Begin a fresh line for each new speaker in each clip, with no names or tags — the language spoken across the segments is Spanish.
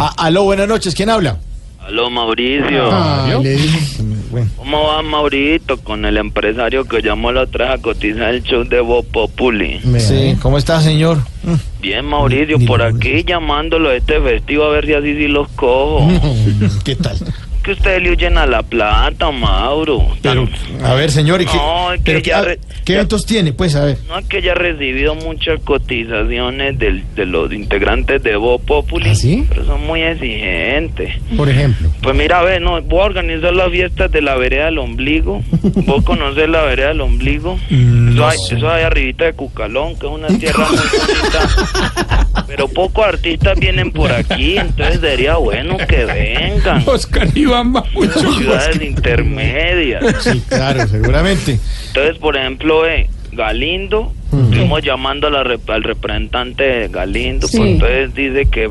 A- aló, buenas noches, ¿quién habla?
Aló Mauricio,
Ah, le dije que me- bueno.
¿cómo va Maurito con el empresario que llamó la otra vez a cotizar el show de Bob Populi?
Sí, ¿cómo está, señor?
Bien Mauricio,
Ni- ni
por
lo
aquí llamándolo este festivo a ver si así sí los cojo.
¿Qué tal?
Que ustedes le huyen a la plata, Mauro.
Pero, a ver, señor, ¿y qué,
No, es que
pero qué-
ya
a-
re-
qué
ya-
eventos tiene? Pues, a ver.
No es que haya recibido muchas cotizaciones del- de los integrantes de Bob Populi,
¿Ah, sí?
pero son muy exigentes.
Por ejemplo.
Pues mira, ve, no, voy a organizar las fiestas de la vereda del ombligo. ¿Vos conocés la vereda del ombligo?
Mm,
eso,
no
hay,
sé.
eso hay arribita de Cucalón, que es una tierra muy bonita. Pero pocos artistas vienen por aquí, entonces sería bueno que vengan.
Oscar Iván Babucho.
Ciudades intermedias.
Sí, claro, seguramente.
Entonces, por ejemplo, ve, Galindo,
Mm.
estuvimos llamando a la rep- al representante de Galindo,
Sí.
pues entonces dice que,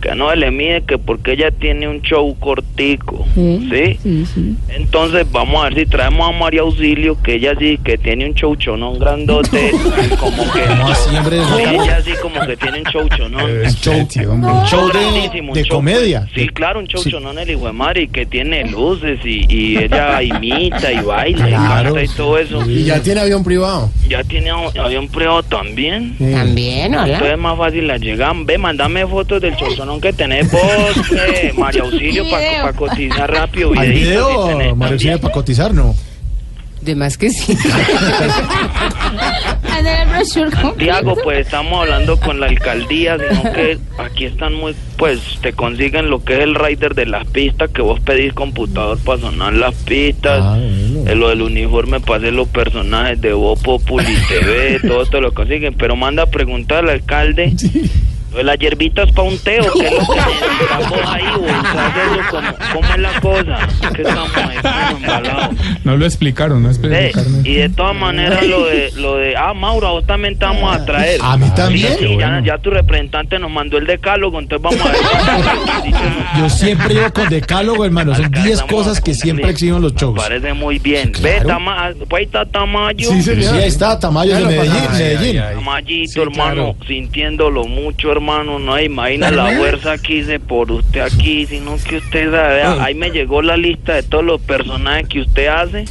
que no se le mide, que porque ella tiene un show cortico, ¿sí?
Sí, sí.
Entonces vamos a ver si traemos a María Auxilio, que ella sí que tiene un chouchonón grandote, como que
No, siempre es
Sí,
raro.
ella sí como que tiene un chouchonón.
Un show, un Eh, show de,
grandísimo, un
de
show-
comedia.
Sí, claro, un chouchonón el hijo de madre que tiene luces y, y ella imita y baila
Claro.
y canta y todo eso.
Y ya tiene avión privado.
Ya tiene a- avión privado también.
También,
Entonces
hola.
es más fácil la llegan. Ve, mandame fotos del chouchonón que tenés vos, eh, María Auxilio, para
Video.
cotizar rápido.
¿Al
videitos si
video,
tenés
Mario
también.
Auxilio, para cotizar? No.
De más que sí. Andale el brochure
Santiago,
completo.
pues estamos hablando con la alcaldía, sino que aquí están muy, pues te consiguen lo que es el rider de las pistas, que vos pedís computador para sonar las pistas,
Ah, bueno.
eh, lo del uniforme para hacer los personajes de Voz Populi TV, todo esto lo consiguen, pero manda a preguntar al alcalde. Pues las hierbitas pa' un teo, que es lo que necesitamos ahí, o sea, hacerlo como, ¿cómo es la cosa? Que estamos ahí, como embalados.
No lo explicaron, no
Ve,
explicaron.
Eh, y de todas maneras lo de lo de ah Mauro a vos también te vamos a traer
Ah, ¿A mí también?
Sí, sí,
Qué
ya,
bueno.
ya tu representante nos mandó el decálogo entonces vamos a ver
Yo siempre llevo con decálogo, hermano. Son 10 cosas que siempre exigen los shows.
parece muy bien
Sí,
ve
claro.
Tama- pues ahí está Tamayo
Sí, ahí está, Tamayo de
Claro,
Medellín.
ay, ay,
Medellín.
ay.
Tamayito,
Sí,
hermano,
claro.
sintiéndolo mucho, hermano, no imagina la fuerza que hice por usted aquí, sino que usted sabe, ah, ahí me llegó la lista de todos los personajes que usted hace,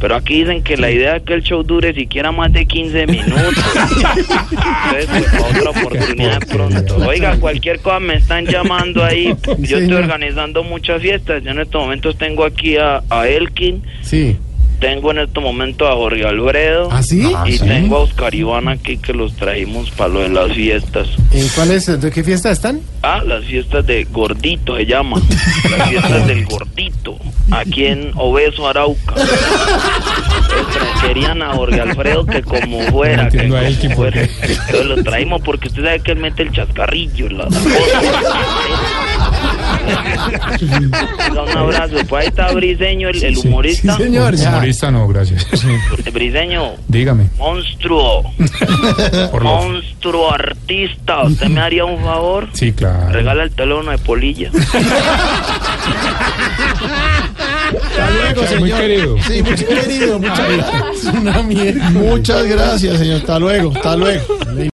pero aquí dicen que la idea es que el show dure siquiera más de 15 minutos. Entonces, pues, otra oportunidad pronto. Oiga, cualquier cosa me están llamando ahí, yo estoy organizando muchas fiestas, yo en estos momentos tengo aquí a, a Elkin,
Sí.
tengo en estos momentos a Jorge Alfredo.
¿Ah, sí?
Y tengo a Oscar Iván aquí que los trajimos para lo de las fiestas.
¿En cuáles, de qué fiesta están?
Ah, las fiestas de Gordito se llama. Las fiestas del Gordito. Aquí en Obeso, Arauca. Entonces, Querían a Jorge Alfredo que como fuera.
No entiendo
que
a él,
como
que por qué.
fuera. Entonces lo traímos porque usted sabe que él mete el chascarrillo. La, la cosa. Venga, Un abrazo. Pues ahí está Briseño, el, el humorista.
señor, ya.
Humorista no, gracias.
Briseño,
Dígame,
monstruo.
por
Ah,
lo...
Monstruo artista, ¿usted me haría un favor?
Sí, claro.
Regala el teléfono de Polilla.
Hasta luego,
Muy
señor.
querido.
Sí, muy querido, muchas gracias. Muchas gracias, señor. Hasta luego, hasta luego.